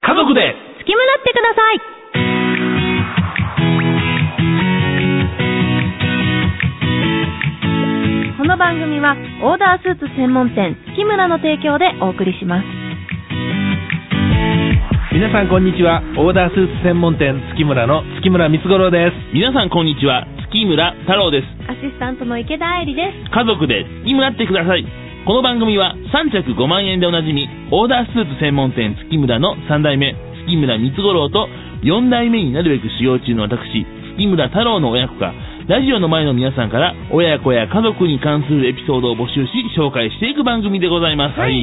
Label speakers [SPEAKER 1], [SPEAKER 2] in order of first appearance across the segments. [SPEAKER 1] 家族で
[SPEAKER 2] 付きまとってくださいこの番組はオーダースーツ専門店月村の提供でお送りします
[SPEAKER 3] 皆さんこんにちはオーダースーツ専門店月村の月村光五郎です
[SPEAKER 1] 皆さんこんにちは月村太郎です
[SPEAKER 2] アシスタントの池田愛理です
[SPEAKER 1] 家族で月村ってくださいこの番組は3着5万円でおなじみオーダースーツ専門店月村の3代目月村光五郎と4代目になるべく使用中の私月村太郎の親子がラジオの前の皆さんから親子や家族に関するエピソードを募集し紹介していく番組でございます、
[SPEAKER 3] はい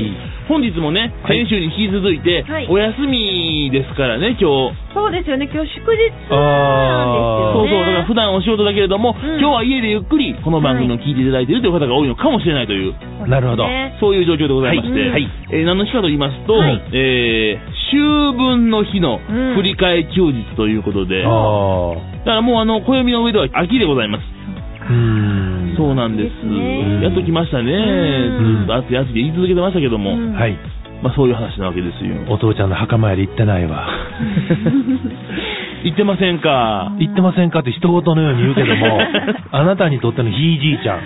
[SPEAKER 1] 本日もね
[SPEAKER 3] は
[SPEAKER 1] 先
[SPEAKER 3] い
[SPEAKER 1] 週に引き続いて、
[SPEAKER 2] はい
[SPEAKER 1] お休みですからね今日
[SPEAKER 2] そうですよね今日祝日
[SPEAKER 3] あー
[SPEAKER 1] そうそう、
[SPEAKER 2] なんで
[SPEAKER 1] だから
[SPEAKER 2] すよね
[SPEAKER 1] 普段お仕事だけれども、
[SPEAKER 2] ん
[SPEAKER 1] 今日は家でゆっくりこの番組を聞いていただいているという方が多いのかもしれないという、
[SPEAKER 3] なるほど
[SPEAKER 2] ね
[SPEAKER 1] そういう状況でございまして、
[SPEAKER 2] はい
[SPEAKER 3] はい
[SPEAKER 1] えー何の日かと言いますと、
[SPEAKER 2] はい
[SPEAKER 1] えー秋分の日
[SPEAKER 2] ん
[SPEAKER 1] の振り替え休日ということで、だ
[SPEAKER 3] あ
[SPEAKER 1] からもうあの暦の上では秋でございます。
[SPEAKER 3] あうん
[SPEAKER 1] そうなんです。
[SPEAKER 2] いいです
[SPEAKER 3] ね
[SPEAKER 1] やっと来ましたね。
[SPEAKER 2] うん
[SPEAKER 1] ずっと暑い暑いで言い続けてましたけど
[SPEAKER 2] う
[SPEAKER 1] も、
[SPEAKER 2] ん
[SPEAKER 3] はい
[SPEAKER 1] まあそういう話なわけですよ。
[SPEAKER 3] お父ちゃんの墓参り行ってないわ
[SPEAKER 1] 言ってませんか。
[SPEAKER 3] 行ってませんかって人事のように言うけども あなたにとってのひいじいちゃん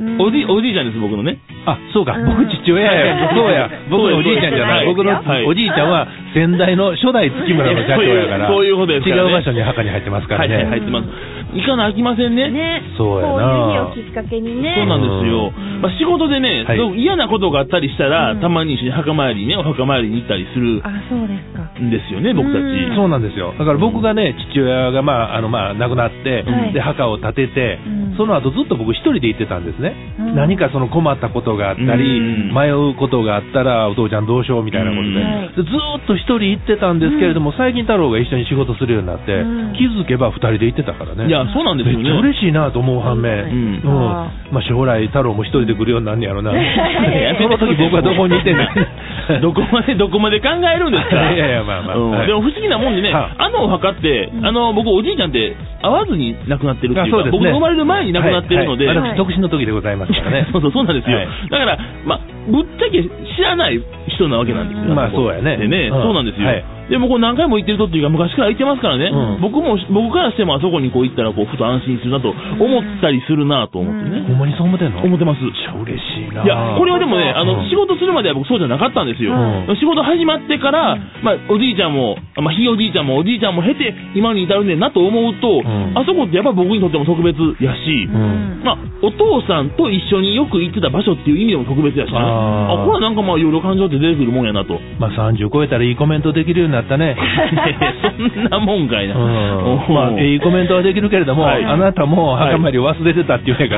[SPEAKER 2] うん
[SPEAKER 1] おじい、おじいちゃんです、僕のね。
[SPEAKER 3] あそうか、
[SPEAKER 2] うん
[SPEAKER 3] 僕父親 やそうや僕のおじいちゃんじゃない
[SPEAKER 1] そう
[SPEAKER 3] 僕
[SPEAKER 1] です
[SPEAKER 3] の
[SPEAKER 1] はい
[SPEAKER 3] おじいちゃんは先代の初代月村の社長やから
[SPEAKER 1] そういうそういうことですからね
[SPEAKER 3] 違う場所に墓に入ってますからね、
[SPEAKER 1] はい、はい入ってます。いかな飽きませんね。
[SPEAKER 2] ね
[SPEAKER 3] そうやな
[SPEAKER 2] こういう日をきっかけにね
[SPEAKER 1] そうなんです
[SPEAKER 2] ん
[SPEAKER 1] よ。まあ、仕事でね、
[SPEAKER 3] はい
[SPEAKER 1] そう嫌なことがあったりしたら、
[SPEAKER 2] うん
[SPEAKER 1] たまに一緒に墓参りね、お墓参りに行ったりする
[SPEAKER 2] あそうですか
[SPEAKER 1] んですよね、僕たち。
[SPEAKER 2] うん
[SPEAKER 3] そうなんですよだから僕がね父親が、まああのまあ、亡くなって、
[SPEAKER 2] はい
[SPEAKER 3] で墓を建てて、
[SPEAKER 2] うん
[SPEAKER 3] その後ずっと僕一人で行ってたんですね、
[SPEAKER 2] うん
[SPEAKER 3] 何かその困ったことがあったり、
[SPEAKER 1] うん
[SPEAKER 3] 迷うことがあったらお父ちゃんどうしようみたいなことで,、
[SPEAKER 2] う
[SPEAKER 3] ずーっと一人行ってたんですけれども、最近太郎が一緒に仕事するようになって、
[SPEAKER 2] うん
[SPEAKER 3] 気づけば二人で行ってたからね
[SPEAKER 1] いや、そうなんです
[SPEAKER 3] めっ
[SPEAKER 1] よ
[SPEAKER 3] ちゃ
[SPEAKER 1] ね。
[SPEAKER 3] 嬉しいなと思う反
[SPEAKER 2] は
[SPEAKER 3] 面、
[SPEAKER 2] い
[SPEAKER 3] うん
[SPEAKER 2] あ
[SPEAKER 3] まあ、将来太郎も一人で来るようになんねやろな
[SPEAKER 1] や
[SPEAKER 3] その時僕はどこにいてんねん
[SPEAKER 1] どこまで、どこまで考えるんですか。
[SPEAKER 3] いやいやまあまあ
[SPEAKER 1] うん
[SPEAKER 3] はい
[SPEAKER 1] でも不思議なもんでね、
[SPEAKER 3] は
[SPEAKER 1] あのお墓って、あの、僕おじいちゃんって、会わずに亡くなってるっていうか、
[SPEAKER 3] あそうですね
[SPEAKER 1] 僕の生まれる前に亡くなってるので、
[SPEAKER 3] はい
[SPEAKER 2] は
[SPEAKER 3] はいい、私独身の時でございますからね
[SPEAKER 1] そうそう、そうなんですよ。
[SPEAKER 3] はい
[SPEAKER 1] だから、まあ、ぶっちゃけ知らない人なわけなんですよ。
[SPEAKER 3] まあ
[SPEAKER 1] の子
[SPEAKER 3] そうやね
[SPEAKER 1] でね、
[SPEAKER 3] うん
[SPEAKER 1] そうなんですよ。
[SPEAKER 3] はい
[SPEAKER 1] でもこう何回も行ってるとっていうか、昔から行ってますからね、
[SPEAKER 3] うん
[SPEAKER 1] 僕も、僕からしてもあそこにこう行ったら、こう、ふと安心するなと思ったりするなと思って
[SPEAKER 3] ほ
[SPEAKER 1] ね。
[SPEAKER 3] んまにそう思ってんの
[SPEAKER 1] 思ってます。
[SPEAKER 3] めっちゃ嬉しいない
[SPEAKER 1] や、これはでもね、あ
[SPEAKER 3] う
[SPEAKER 1] の、
[SPEAKER 3] ん
[SPEAKER 1] 仕事するまでは僕そうじゃなかったんですよ。
[SPEAKER 3] うん
[SPEAKER 1] 仕事始まってから、まあ、おじいちゃんも、まあ、ひいおじいちゃんもおじいちゃんも経て、今に至るねんなと思うと、
[SPEAKER 3] ん
[SPEAKER 1] あそこってやっぱ僕にとっても特別やし、
[SPEAKER 3] うん
[SPEAKER 1] まあ、お父さんと一緒によく行ってた場所っていう意味でも特別やしな、
[SPEAKER 3] あー
[SPEAKER 1] あこれはなんかまあいろいろ感情って出てくるもんやな と、
[SPEAKER 3] まあ30超えたらいいコメントできるようにな ったね
[SPEAKER 1] そんなもんかいな、
[SPEAKER 3] うん
[SPEAKER 1] まあ
[SPEAKER 3] まあ、ええいいコメントはできるけれども、
[SPEAKER 1] はい
[SPEAKER 3] あなたも墓参り忘れてたって言うんやか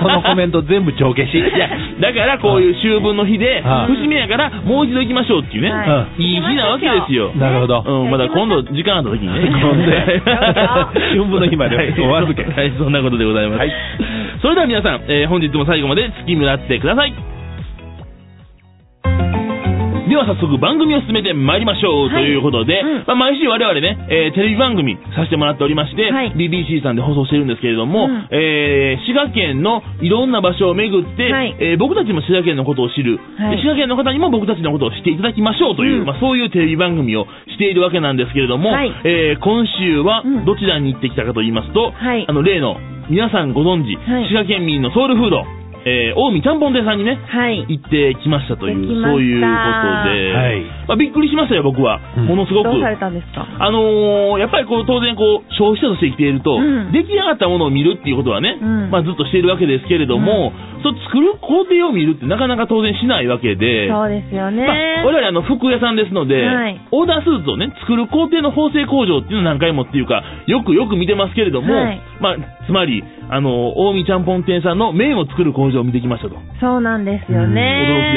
[SPEAKER 3] そのコメント全部帳消し。
[SPEAKER 1] いやだからこういう秋分の日で、
[SPEAKER 3] はい
[SPEAKER 1] 節目やから、もう一度行きましょうっていうね、、
[SPEAKER 2] はい
[SPEAKER 1] い日なわけです よ。
[SPEAKER 3] なるほど。
[SPEAKER 1] うん、まだ今度時間あった時にね。
[SPEAKER 3] 今度や
[SPEAKER 1] 四
[SPEAKER 3] 分の日までお預け
[SPEAKER 1] はい、そんなことでございます。それでは皆さん、えー本日も最後まで月村ってください。では早速番組を進めてまいりましょうと
[SPEAKER 2] はい
[SPEAKER 1] いうことで、
[SPEAKER 2] うん
[SPEAKER 1] まあ、毎週我々ね、えーテレビ番組させてもらっておりまして、
[SPEAKER 2] はい
[SPEAKER 1] BBC さんで放送してるんですけれども、
[SPEAKER 2] うん
[SPEAKER 1] えー滋賀県のいろんな場所を巡って、
[SPEAKER 2] はい
[SPEAKER 1] えー僕たちも滋賀県のことを知る、
[SPEAKER 2] はい
[SPEAKER 1] で滋賀県の方にも僕たちのことを知っていただきましょうという、
[SPEAKER 2] うん
[SPEAKER 1] まあ、そういうテレビ番組をしているわけなんですけれども、
[SPEAKER 2] はい
[SPEAKER 1] えー今週は
[SPEAKER 2] うん
[SPEAKER 1] どちらに行ってきたかと言いますと、
[SPEAKER 2] はい
[SPEAKER 1] あの例の皆さんご存知、
[SPEAKER 2] はい
[SPEAKER 1] 滋賀県民のソウルフード、えー、近江ちゃんぽん亭さんにね、
[SPEAKER 2] はい
[SPEAKER 1] 行ってきましたとい
[SPEAKER 2] 行ってき
[SPEAKER 1] う、
[SPEAKER 2] ました
[SPEAKER 1] そういうことで、
[SPEAKER 3] はい
[SPEAKER 1] まあ、びっくりしましたよ、僕は、
[SPEAKER 3] うん
[SPEAKER 1] ものすごく。
[SPEAKER 2] どうされたんですか
[SPEAKER 1] あのーやっぱりこう当然こう消費者として生きていると、
[SPEAKER 2] うん
[SPEAKER 1] 出来上がったものを見るっていうことはね、
[SPEAKER 2] うん
[SPEAKER 1] まあ、ずっとしているわけですけれども、そう作る工程を見るってなかなか当然しないわけで、
[SPEAKER 2] そうですよね、
[SPEAKER 1] まあ、我々あの服屋さんですので、
[SPEAKER 2] はい
[SPEAKER 1] オーダースーツをね作る工程の縫製工場っていうのを何回もっていうかよくよく見てますけれども、
[SPEAKER 2] はい
[SPEAKER 1] まあ、つまりあの近江ちゃんぽん店さんの麺を作る工場を見てきましたと。
[SPEAKER 2] そうなんですよ
[SPEAKER 1] 驚きで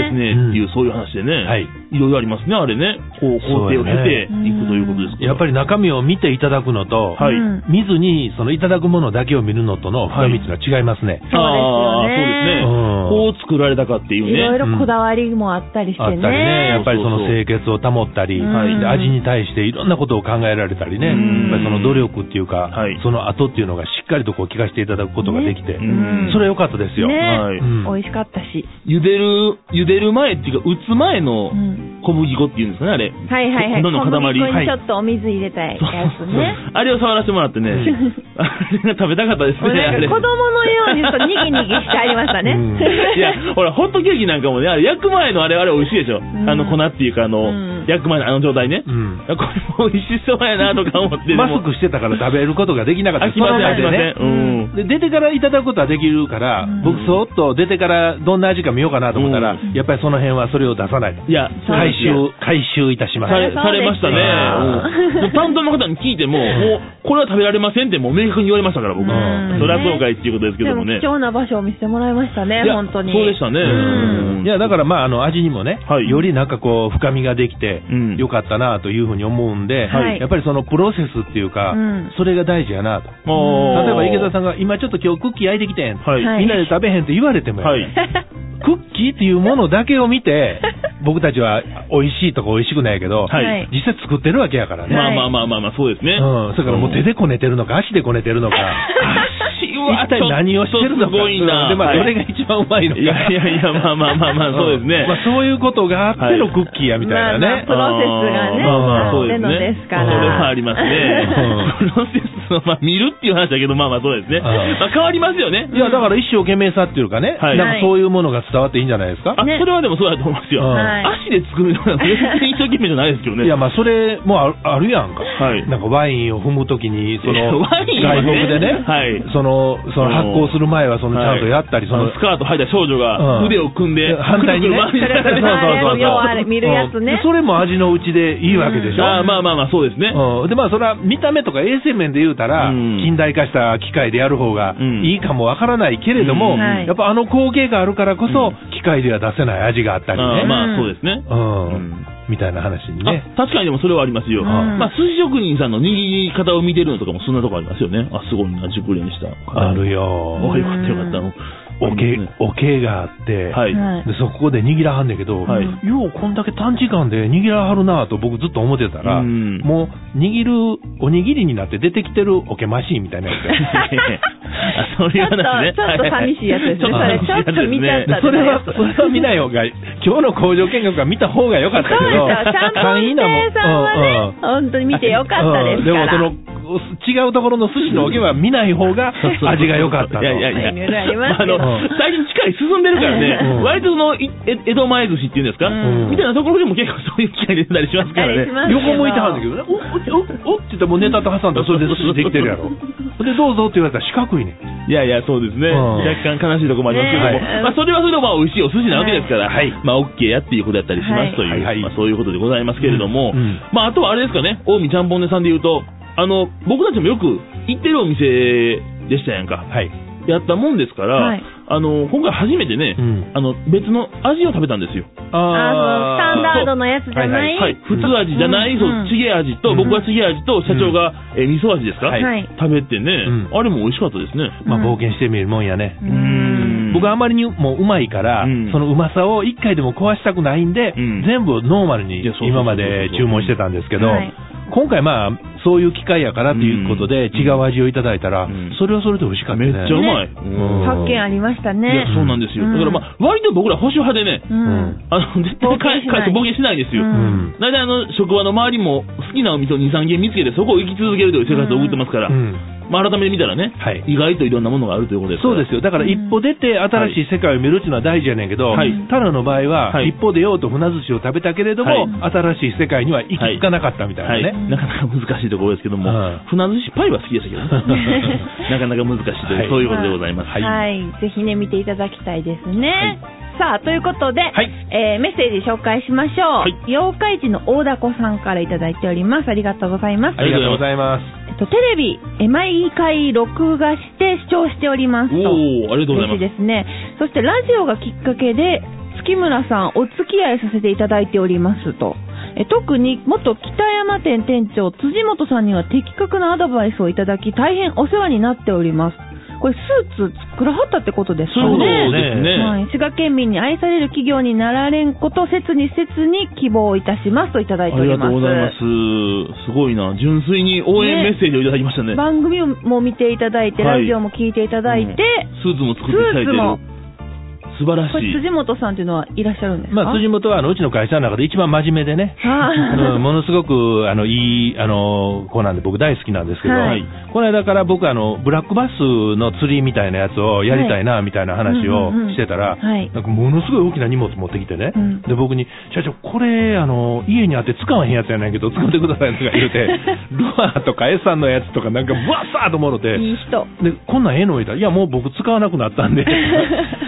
[SPEAKER 1] す
[SPEAKER 2] ね。
[SPEAKER 1] ね、っていう、そういう話でね、
[SPEAKER 3] はい
[SPEAKER 1] い、ろいろありますね、あれね、こう工程を経て
[SPEAKER 2] そうやね
[SPEAKER 1] いくということですから、
[SPEAKER 3] やっぱり中身を見ていただくのと、
[SPEAKER 1] はい
[SPEAKER 2] うん
[SPEAKER 3] 見ずにそのいただくものだけを見るのとの深みっていうのは違いますね。
[SPEAKER 1] ああ
[SPEAKER 2] ね
[SPEAKER 3] うん
[SPEAKER 1] そうですね。こう作られたかっていう
[SPEAKER 2] いろい
[SPEAKER 1] ね。
[SPEAKER 2] ろこだわりもあったりして
[SPEAKER 3] あった
[SPEAKER 2] ね。
[SPEAKER 3] りね、やっぱりそ
[SPEAKER 1] そ
[SPEAKER 3] の
[SPEAKER 1] うそう
[SPEAKER 3] 清潔を保ったり、
[SPEAKER 2] はい
[SPEAKER 3] で味に対していろんなことを考えられたりね、や
[SPEAKER 1] うん
[SPEAKER 3] っぱりその努力っていうか、
[SPEAKER 1] はい
[SPEAKER 3] その後っていうのがしっかりとこう聞かせていただくことができて、
[SPEAKER 1] う
[SPEAKER 2] うん
[SPEAKER 1] ん
[SPEAKER 3] それは良かったですよ。
[SPEAKER 2] ね
[SPEAKER 1] はい
[SPEAKER 3] うん
[SPEAKER 2] 美味しかったし。
[SPEAKER 1] 茹でる、茹でる前っていうか、打つ前の
[SPEAKER 2] うん
[SPEAKER 1] 小麦粉っていうんですかね、あれ。
[SPEAKER 2] はいはいはい。
[SPEAKER 1] どんどん
[SPEAKER 2] 小麦粉
[SPEAKER 1] 塊
[SPEAKER 2] にちょっとお水入れたい
[SPEAKER 1] そう
[SPEAKER 2] やつね。
[SPEAKER 1] あれを触らせてもらってね、 あれが食べたかったです
[SPEAKER 2] もう
[SPEAKER 1] ね、
[SPEAKER 2] な
[SPEAKER 1] あ
[SPEAKER 2] ん
[SPEAKER 1] れ
[SPEAKER 2] か。子供のようにちょっとにぎにぎしてありましたね。
[SPEAKER 3] うん
[SPEAKER 1] いや、ほら、ホットケーキなんかもね、あれ焼く前のあれ、あれ美味しいでしょ。
[SPEAKER 2] ん
[SPEAKER 1] あの粉っていうか、あ
[SPEAKER 2] うん
[SPEAKER 1] の、焼く前のあの状態ね。
[SPEAKER 3] うん
[SPEAKER 1] あこれも美味しそうやなとか思って。
[SPEAKER 3] マスクしてたから食べることができなかった。
[SPEAKER 1] 飽きません、飽きません。
[SPEAKER 3] ね。
[SPEAKER 1] うん。
[SPEAKER 3] で、出てからいただくことはできるから、
[SPEAKER 2] うん
[SPEAKER 3] 僕、そーっと出てからどんな味か見ようかなと思ったら、
[SPEAKER 1] うん
[SPEAKER 3] やっぱりその辺はそれを出さない。
[SPEAKER 1] いや、
[SPEAKER 3] 回収、回収いたしま
[SPEAKER 1] され
[SPEAKER 3] す。
[SPEAKER 1] されましたね
[SPEAKER 3] そうですよ。
[SPEAKER 1] うん担当の方に聞いても、もう、これは食べられませんって、もう明確に言われましたから、僕。
[SPEAKER 3] う
[SPEAKER 1] そ
[SPEAKER 3] ん
[SPEAKER 1] りゃそうかいっていうことですけ
[SPEAKER 2] で
[SPEAKER 1] ど
[SPEAKER 2] も
[SPEAKER 1] もね。
[SPEAKER 2] 貴重な場所を見せてもらいましたね
[SPEAKER 1] い、や
[SPEAKER 2] 本当に。
[SPEAKER 1] そうでしたね。
[SPEAKER 2] うん
[SPEAKER 1] うん
[SPEAKER 3] いや、だからまあ、あの、味にもね、
[SPEAKER 1] はい
[SPEAKER 3] よりなんかこう、深みができて
[SPEAKER 1] う、ん
[SPEAKER 3] よかったなというふうに思うんで、
[SPEAKER 2] はい
[SPEAKER 3] やっぱりそのプロセスっていうか、
[SPEAKER 2] うん
[SPEAKER 3] それが大事やなと。
[SPEAKER 1] あー
[SPEAKER 3] 例えば池田さんが、今ちょっと今日クッキー焼いてきてん、
[SPEAKER 1] はい
[SPEAKER 2] はい
[SPEAKER 3] みんなで食べへんって言われてもやね、
[SPEAKER 1] はい。
[SPEAKER 3] クッキーっていうものだけを見て、 僕たちは美味しいとか美味しくないけど、
[SPEAKER 1] はい
[SPEAKER 2] はい
[SPEAKER 3] 実際作ってるわけやからね。
[SPEAKER 1] まあまあまあまあまあ、そうです ね。
[SPEAKER 3] うん、それからもう手でこねてるのか、足でこねてるのか、
[SPEAKER 1] 足は
[SPEAKER 3] 一体何をしてるのか、
[SPEAKER 1] ちょっとすごいな。
[SPEAKER 3] うんでまあ、
[SPEAKER 1] はい
[SPEAKER 3] どれが一番うまいのか、
[SPEAKER 1] いやいやいや、まあまあまあまあ、そうですね。
[SPEAKER 3] んまあ、そういうことがあってのクッキーやみたいなね。
[SPEAKER 2] まあまあプロセスがね
[SPEAKER 1] まあまあ、そうです
[SPEAKER 2] なので
[SPEAKER 1] ね。
[SPEAKER 2] すから
[SPEAKER 1] それはあります
[SPEAKER 3] う
[SPEAKER 1] ね。プロセスを、まあ、見るっていう話だけど、まあまあ、そうですね。
[SPEAKER 3] ん
[SPEAKER 1] まあ、変わりますよね。
[SPEAKER 3] いや、だから一生懸命さっていうかね、
[SPEAKER 1] はい
[SPEAKER 3] なんかそういうものが伝わっていいんじゃないですか。
[SPEAKER 1] あ、
[SPEAKER 2] ね
[SPEAKER 1] それはでもそうだと思いますよ。
[SPEAKER 3] うん
[SPEAKER 2] はい。
[SPEAKER 1] 足で作るのは全然一生懸命じゃないですけどね。
[SPEAKER 3] いや、まあ、それもあるあるやんか。
[SPEAKER 1] はい
[SPEAKER 3] なんかワインを踏むときに、そ
[SPEAKER 1] いや
[SPEAKER 3] の、
[SPEAKER 1] ワインは
[SPEAKER 3] 外国でね、
[SPEAKER 1] はい
[SPEAKER 3] その、その発酵する前は、その、ち
[SPEAKER 1] は
[SPEAKER 3] ゃ
[SPEAKER 1] い
[SPEAKER 3] んとやったり、そ
[SPEAKER 1] あ
[SPEAKER 3] の
[SPEAKER 1] の、スカート履いた少女が
[SPEAKER 3] うん
[SPEAKER 1] 腕を組んで、
[SPEAKER 3] 反対にね
[SPEAKER 1] くるくる回りなが
[SPEAKER 2] そうそうそうそ
[SPEAKER 1] らね
[SPEAKER 2] う要はあれ見るやつね
[SPEAKER 3] うんそれも味のうちでいいわけでしょ。
[SPEAKER 1] あーまあまあまあ、そうですね。
[SPEAKER 3] うんでまあ、それは見た目とか衛生面で言うたら、
[SPEAKER 1] うん
[SPEAKER 3] 近代化した機械でやる方が
[SPEAKER 1] うん
[SPEAKER 3] いいかもわからないけれども、
[SPEAKER 1] うん
[SPEAKER 2] はい
[SPEAKER 3] やっぱあの光景があるからこそ、機械では出せない味があった
[SPEAKER 1] あ
[SPEAKER 3] り
[SPEAKER 1] ー
[SPEAKER 3] ね、
[SPEAKER 1] まあ、そうですね。
[SPEAKER 3] うん
[SPEAKER 1] うん
[SPEAKER 3] みたいな話にね。
[SPEAKER 1] あ、確かにでもそれはありますよ。
[SPEAKER 3] うん
[SPEAKER 1] まあ、寿司職人さんの握り方を見てるのとかもそんなとこありますよね。あ、すごいな、熟練した方。
[SPEAKER 3] あるよ。
[SPEAKER 1] あ。よかったよかった。
[SPEAKER 3] おけ、おけがあって、
[SPEAKER 1] はい。
[SPEAKER 2] はい
[SPEAKER 3] でそこで握らはんねんけど、
[SPEAKER 1] はい
[SPEAKER 3] ようこんだけ短時間で握らはるなぁと僕ずっと思ってたら、
[SPEAKER 1] うん
[SPEAKER 3] もう握る、おにぎりになって出てきてるおけマシーンみたいなやつ
[SPEAKER 1] あそれはなんですね。
[SPEAKER 2] ちょっとちょっと寂しいやつですね
[SPEAKER 1] はい
[SPEAKER 2] それちょっと見ちゃった
[SPEAKER 3] でそれは、それは見ない方が、今日の工場見学は見た方が良かったけ
[SPEAKER 2] そうです
[SPEAKER 3] ど、
[SPEAKER 2] よ。シャンポン亭さんはね、本当に見てよかったですから。
[SPEAKER 3] うんでもその、違うところの寿司のおけは見ない方が
[SPEAKER 1] そうそう
[SPEAKER 3] 味が良かっ
[SPEAKER 1] い
[SPEAKER 3] たと。
[SPEAKER 1] やい
[SPEAKER 2] い
[SPEAKER 1] やいや
[SPEAKER 2] ろいろありますけど
[SPEAKER 1] あの
[SPEAKER 3] うん
[SPEAKER 1] 最近近い進んでるからね、
[SPEAKER 3] うん
[SPEAKER 1] 割とそのいえ江戸前寿司っていうんですか、
[SPEAKER 2] うん
[SPEAKER 1] みたいなところでも結構そういう機会出てたりしますから
[SPEAKER 2] 出たりし。ます
[SPEAKER 1] ね
[SPEAKER 2] けど
[SPEAKER 3] 横向いてはんだけどね、お、お、お、おって言ってもうネタと挟んだらそれで寿司できてるやろ。で、どうぞって言われたら四角いねん。
[SPEAKER 1] いやいや、そうですね、
[SPEAKER 3] うん
[SPEAKER 1] 若干悲しいところもありますけど
[SPEAKER 2] ねえ
[SPEAKER 1] も、まあ、それはそれでまあ美味しいお寿司なわけですから、
[SPEAKER 3] はい
[SPEAKER 1] まあ、OK やっていうことだったりしますという、
[SPEAKER 3] はいはい
[SPEAKER 1] まあ、そういうことでございますけれども、
[SPEAKER 3] うんうん
[SPEAKER 1] まあ、あとはあれですかね、近江ちゃんぽんねさんで言うと、あの僕たちもよく行ってるお店でしたやんか、
[SPEAKER 3] はい。
[SPEAKER 1] やったもんですから、
[SPEAKER 2] はい
[SPEAKER 1] あの今回初めてね、
[SPEAKER 3] うん
[SPEAKER 1] あの別の味を食べたんですよ。
[SPEAKER 2] あーそのスタンダードのやつじゃない
[SPEAKER 1] はい、普通味じゃな
[SPEAKER 2] う
[SPEAKER 1] い、
[SPEAKER 2] ん
[SPEAKER 1] そう、チゲ味と、
[SPEAKER 3] うん
[SPEAKER 1] 僕はチゲ味と、社長が、えー味噌味ですか、
[SPEAKER 3] はい
[SPEAKER 2] はい
[SPEAKER 1] 食べてね、
[SPEAKER 3] うん
[SPEAKER 1] あれも美味しかったですね。
[SPEAKER 3] まあ冒険してみるもんやね。
[SPEAKER 2] う
[SPEAKER 1] うん
[SPEAKER 2] ん
[SPEAKER 3] 僕はあまりにもうまいから、
[SPEAKER 1] うん
[SPEAKER 3] そのうまさを一回でも壊したくないんで、
[SPEAKER 1] うん
[SPEAKER 3] 全部ノーマルに
[SPEAKER 1] いやそうそうそうそう
[SPEAKER 3] 今まで注文してたんですけど、
[SPEAKER 2] はい
[SPEAKER 3] 今回まあ、そういう機会やからということで、
[SPEAKER 1] うん
[SPEAKER 3] 違う味をいただいたら、
[SPEAKER 1] うん
[SPEAKER 3] それはそれで美味しかった
[SPEAKER 1] め
[SPEAKER 3] ね。
[SPEAKER 1] っちゃうまい。
[SPEAKER 3] うん
[SPEAKER 2] 発見ありました
[SPEAKER 1] いや
[SPEAKER 2] ね。
[SPEAKER 1] そうなんですよ。
[SPEAKER 2] うん
[SPEAKER 1] だからまあ、割と僕ら保守派でね、
[SPEAKER 2] う
[SPEAKER 3] うん
[SPEAKER 2] ん。
[SPEAKER 1] あの、絶対帰帰って冒険しないんですよ。
[SPEAKER 2] うん
[SPEAKER 3] うん。
[SPEAKER 1] 大体あの、職場の周りも好きなお店を2、3軒見つけて、そこを行き続けるという生活を送ってますから、
[SPEAKER 3] うん
[SPEAKER 1] まあ改めて見たらね、
[SPEAKER 3] はい
[SPEAKER 1] 意外といろんなものがあるということです
[SPEAKER 3] そうです
[SPEAKER 1] よ。
[SPEAKER 3] よ。だから一歩出て新しい世界を見るっていうのは大事やねんけど、
[SPEAKER 1] はい
[SPEAKER 3] タラの場合は、
[SPEAKER 1] はい
[SPEAKER 3] 一歩出ようと船寿司を食べたけれども、
[SPEAKER 1] はい
[SPEAKER 3] 新しい世界には行き着かなかったみたいな
[SPEAKER 1] はい、
[SPEAKER 3] ね。
[SPEAKER 1] なかなか難しいところですけども、
[SPEAKER 3] うん
[SPEAKER 1] 船寿司パイは好きでしたけどね、なかなか難しいという、
[SPEAKER 3] はい
[SPEAKER 1] そういうことでございます。
[SPEAKER 2] はい。ぜひね、見ていただきたいですね。さあ、ということで、
[SPEAKER 3] はい
[SPEAKER 2] えーメッセージ紹介しましょう。
[SPEAKER 1] はい
[SPEAKER 2] 妖怪児の大凧さんからいただいております。ありがとうございます。
[SPEAKER 3] ありがとうございます。
[SPEAKER 2] えっと、テレビ、え毎回録画して視聴しておりますと。
[SPEAKER 1] おお、ありがとうござい
[SPEAKER 2] 嬉し
[SPEAKER 1] ま
[SPEAKER 2] いですね。
[SPEAKER 1] す。
[SPEAKER 2] そしてラジオがきっかけで、月村さんお付き合いさせていただいておりますと。え特に元北山店店長辻元さんには的確なアドバイスをいただき大変お世話になっております。これスーツ作らはったってことですか
[SPEAKER 1] そう
[SPEAKER 2] ね。
[SPEAKER 1] ですね。
[SPEAKER 2] はい、滋賀県民に愛される企業になられんこと切に切に希望いたしますといただいてお
[SPEAKER 1] あり
[SPEAKER 2] り
[SPEAKER 1] がと
[SPEAKER 2] ます。
[SPEAKER 1] うございます。すごいな。純粋に応援メッセージをいただきましたね。
[SPEAKER 2] 番組も見ていただいて、
[SPEAKER 1] はい
[SPEAKER 2] ラジオも聞いていただいて、
[SPEAKER 1] スーツも作っていただい
[SPEAKER 2] スー
[SPEAKER 1] て
[SPEAKER 2] ツ
[SPEAKER 1] る
[SPEAKER 2] も。
[SPEAKER 1] 素晴らし
[SPEAKER 2] これ
[SPEAKER 1] い。
[SPEAKER 2] 辻元さんっていうのはいらっしゃるんですか、
[SPEAKER 3] まあ、辻元はあのうちの会社の中で一番真面目でね、
[SPEAKER 2] あ
[SPEAKER 3] あ
[SPEAKER 2] ー
[SPEAKER 3] のものすごくあのいいあの子なんで、僕大好きなんですけど、
[SPEAKER 2] はい
[SPEAKER 3] この間から僕あの、ブラックバスの釣りみたいなやつをやりたいなみたいな話を
[SPEAKER 2] うんうんうん
[SPEAKER 3] してたら、
[SPEAKER 2] はい
[SPEAKER 3] なんかものすごい大きな荷物持ってきてね、
[SPEAKER 2] うん
[SPEAKER 3] で僕に、社長、これあの、家にあって使わへんやつやねんけど、使ってくださいとか 言うて、ルアーとか餌のやつとか、なんか、わっさーっともろて。
[SPEAKER 2] いい人。
[SPEAKER 3] でこんなんええの言うたら、いや、もう僕使わなくなった んで、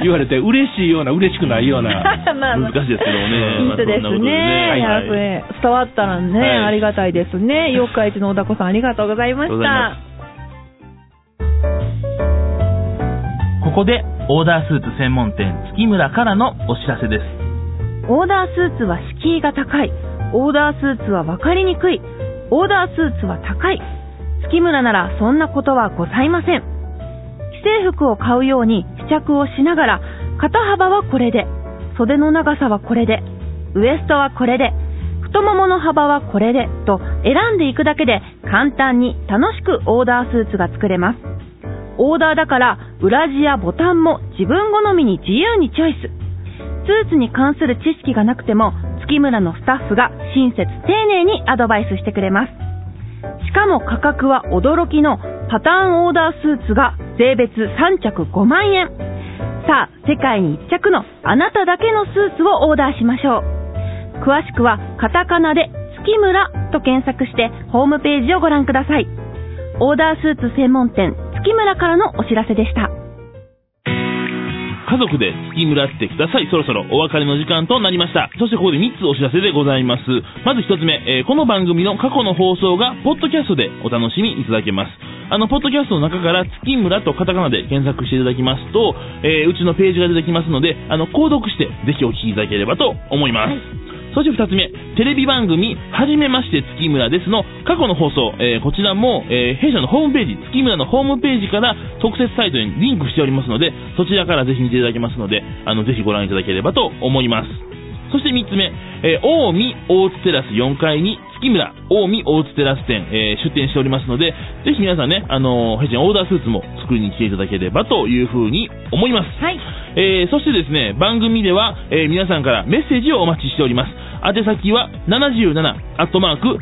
[SPEAKER 3] 言われて、嬉しいような、嬉しくないよう な、
[SPEAKER 2] まあまあ
[SPEAKER 1] 難しいですけど もね。
[SPEAKER 2] いい人です
[SPEAKER 1] まあそんなこと
[SPEAKER 2] ね。いや
[SPEAKER 1] で
[SPEAKER 2] こ
[SPEAKER 1] ねはい
[SPEAKER 2] れ伝わったらね、
[SPEAKER 1] はい
[SPEAKER 2] ありがたいです ね。妖怪一の小田子さん、ありがとうございま
[SPEAKER 1] ありがと
[SPEAKER 2] し
[SPEAKER 1] うござい
[SPEAKER 2] た
[SPEAKER 1] ま。ここで、オーダースーツ専門店、月村からのお知らせです。
[SPEAKER 2] オーダースーツは敷居が高い。オーダースーツは分かりにくい。オーダースーツは高い。月村ならそんなことはございません。既製服を買うように試着をしながら、肩幅はこれで、袖の長さはこれで、ウエストはこれで、太ももの幅はこれで、と選んでいくだけで簡単に楽しくオーダースーツが作れます。オーダーだから裏地やボタンも自分好みに自由にチョイス。スーツに関する知識がなくても月村のスタッフが親切丁寧にアドバイスしてくれますしかも価格は驚きのパターンオーダースーツが税別3着5万円さあ世界に1着のあなただけのスーツをオーダーしましょう詳しくはカタカナで月村と検索してホームページをご覧くださいオーダースーツ専門店月村からのお知らせでした
[SPEAKER 1] 家族で月村ってください。そろそろお別れの時間となりました。そしてここで3つお知らせでございます。まず1つ目、えーこの番組の過去の放送が、ポッドキャストでお楽しみいただけます。あの、ポッドキャストの中から、月村とカタカナで検索していただきますと、えーうちのページが出てきますので、あの、購読して、ぜひお聞きいただければと思います。そして二つ目、テレビ番組、はじめまして月村ですの過去の放送、えーこちらも、えー弊社のホームページ、月村のホームページから特設サイトにリンクしておりますので、そちらからぜひ見ていただけますので、あの、ぜひご覧いただければと思います。そして三つ目、えー、大見大津テラス4階に月村大見大津テラス店、えー出店しておりますので、ぜひ皆さんね、あのー弊社のオーダースーツも作りに来ていただければというふうに思います。
[SPEAKER 2] はい
[SPEAKER 1] えーそしてですね、番組では、えー皆さんからメッセージをお待ちしております。宛先は77アットマーク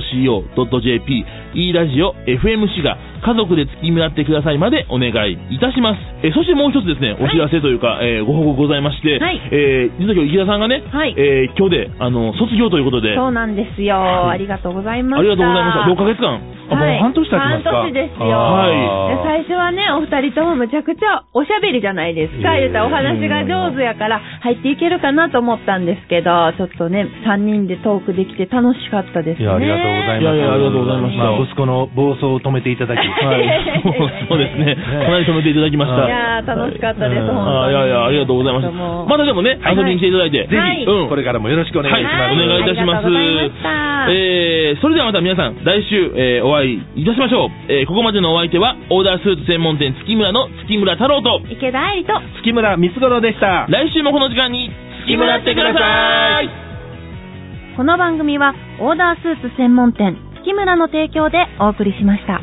[SPEAKER 1] e-radio.co.jp e ラジオ FM 氏が家族で付き合ってくださいまでお願いいたします。えーそしてもう一つですね、お知らせというか、えーご報告ございまして、
[SPEAKER 2] はい
[SPEAKER 1] えー実は今日池田さんがね、
[SPEAKER 2] はい
[SPEAKER 1] えー今日で、あの、卒業ということで、
[SPEAKER 2] そうなんですよありがとうございました
[SPEAKER 1] ありがとうございました。6ヶ月間。
[SPEAKER 3] あ
[SPEAKER 2] はい
[SPEAKER 3] もう半年経ちますか
[SPEAKER 2] 半年ですよ
[SPEAKER 3] あー
[SPEAKER 2] 最初はね、お二人ともむちゃくちゃおしゃべりじゃないですか。
[SPEAKER 3] いえいえ
[SPEAKER 2] 言うたらお話が上手やから入っていけるかなと思ったんですけど、ちょっとね、三人でトークできて楽しかったですね。
[SPEAKER 3] いや、ありがとうございます。
[SPEAKER 1] いやいやありがとうございました
[SPEAKER 3] あ息子の暴走を止めていただき、はい
[SPEAKER 1] そう そうですね。かなり止めていただきました。
[SPEAKER 2] いやー楽しかったです、
[SPEAKER 3] うん
[SPEAKER 2] 本
[SPEAKER 1] あ
[SPEAKER 2] 当
[SPEAKER 1] い
[SPEAKER 2] に。
[SPEAKER 1] やいや、ありがとうございました。
[SPEAKER 2] もう
[SPEAKER 1] またでもね、
[SPEAKER 2] い
[SPEAKER 1] 遊びに来ていただいて、
[SPEAKER 2] ぜひ
[SPEAKER 1] うん
[SPEAKER 3] これからもよろしくお願いします。
[SPEAKER 1] はいお願いいたします
[SPEAKER 2] ありがとうございました
[SPEAKER 1] えーそれではまた皆さん、来週、えーお会いいたしましょう。えーここまでのお相手は、オーダースーツ専門店月村の月村太郎と、
[SPEAKER 2] 池田愛理と、
[SPEAKER 3] 月村光五郎でした。
[SPEAKER 1] 来週もこの時間に、月村ってください
[SPEAKER 2] この番組はオーダースーツ専門店月村の提供でお送りしました。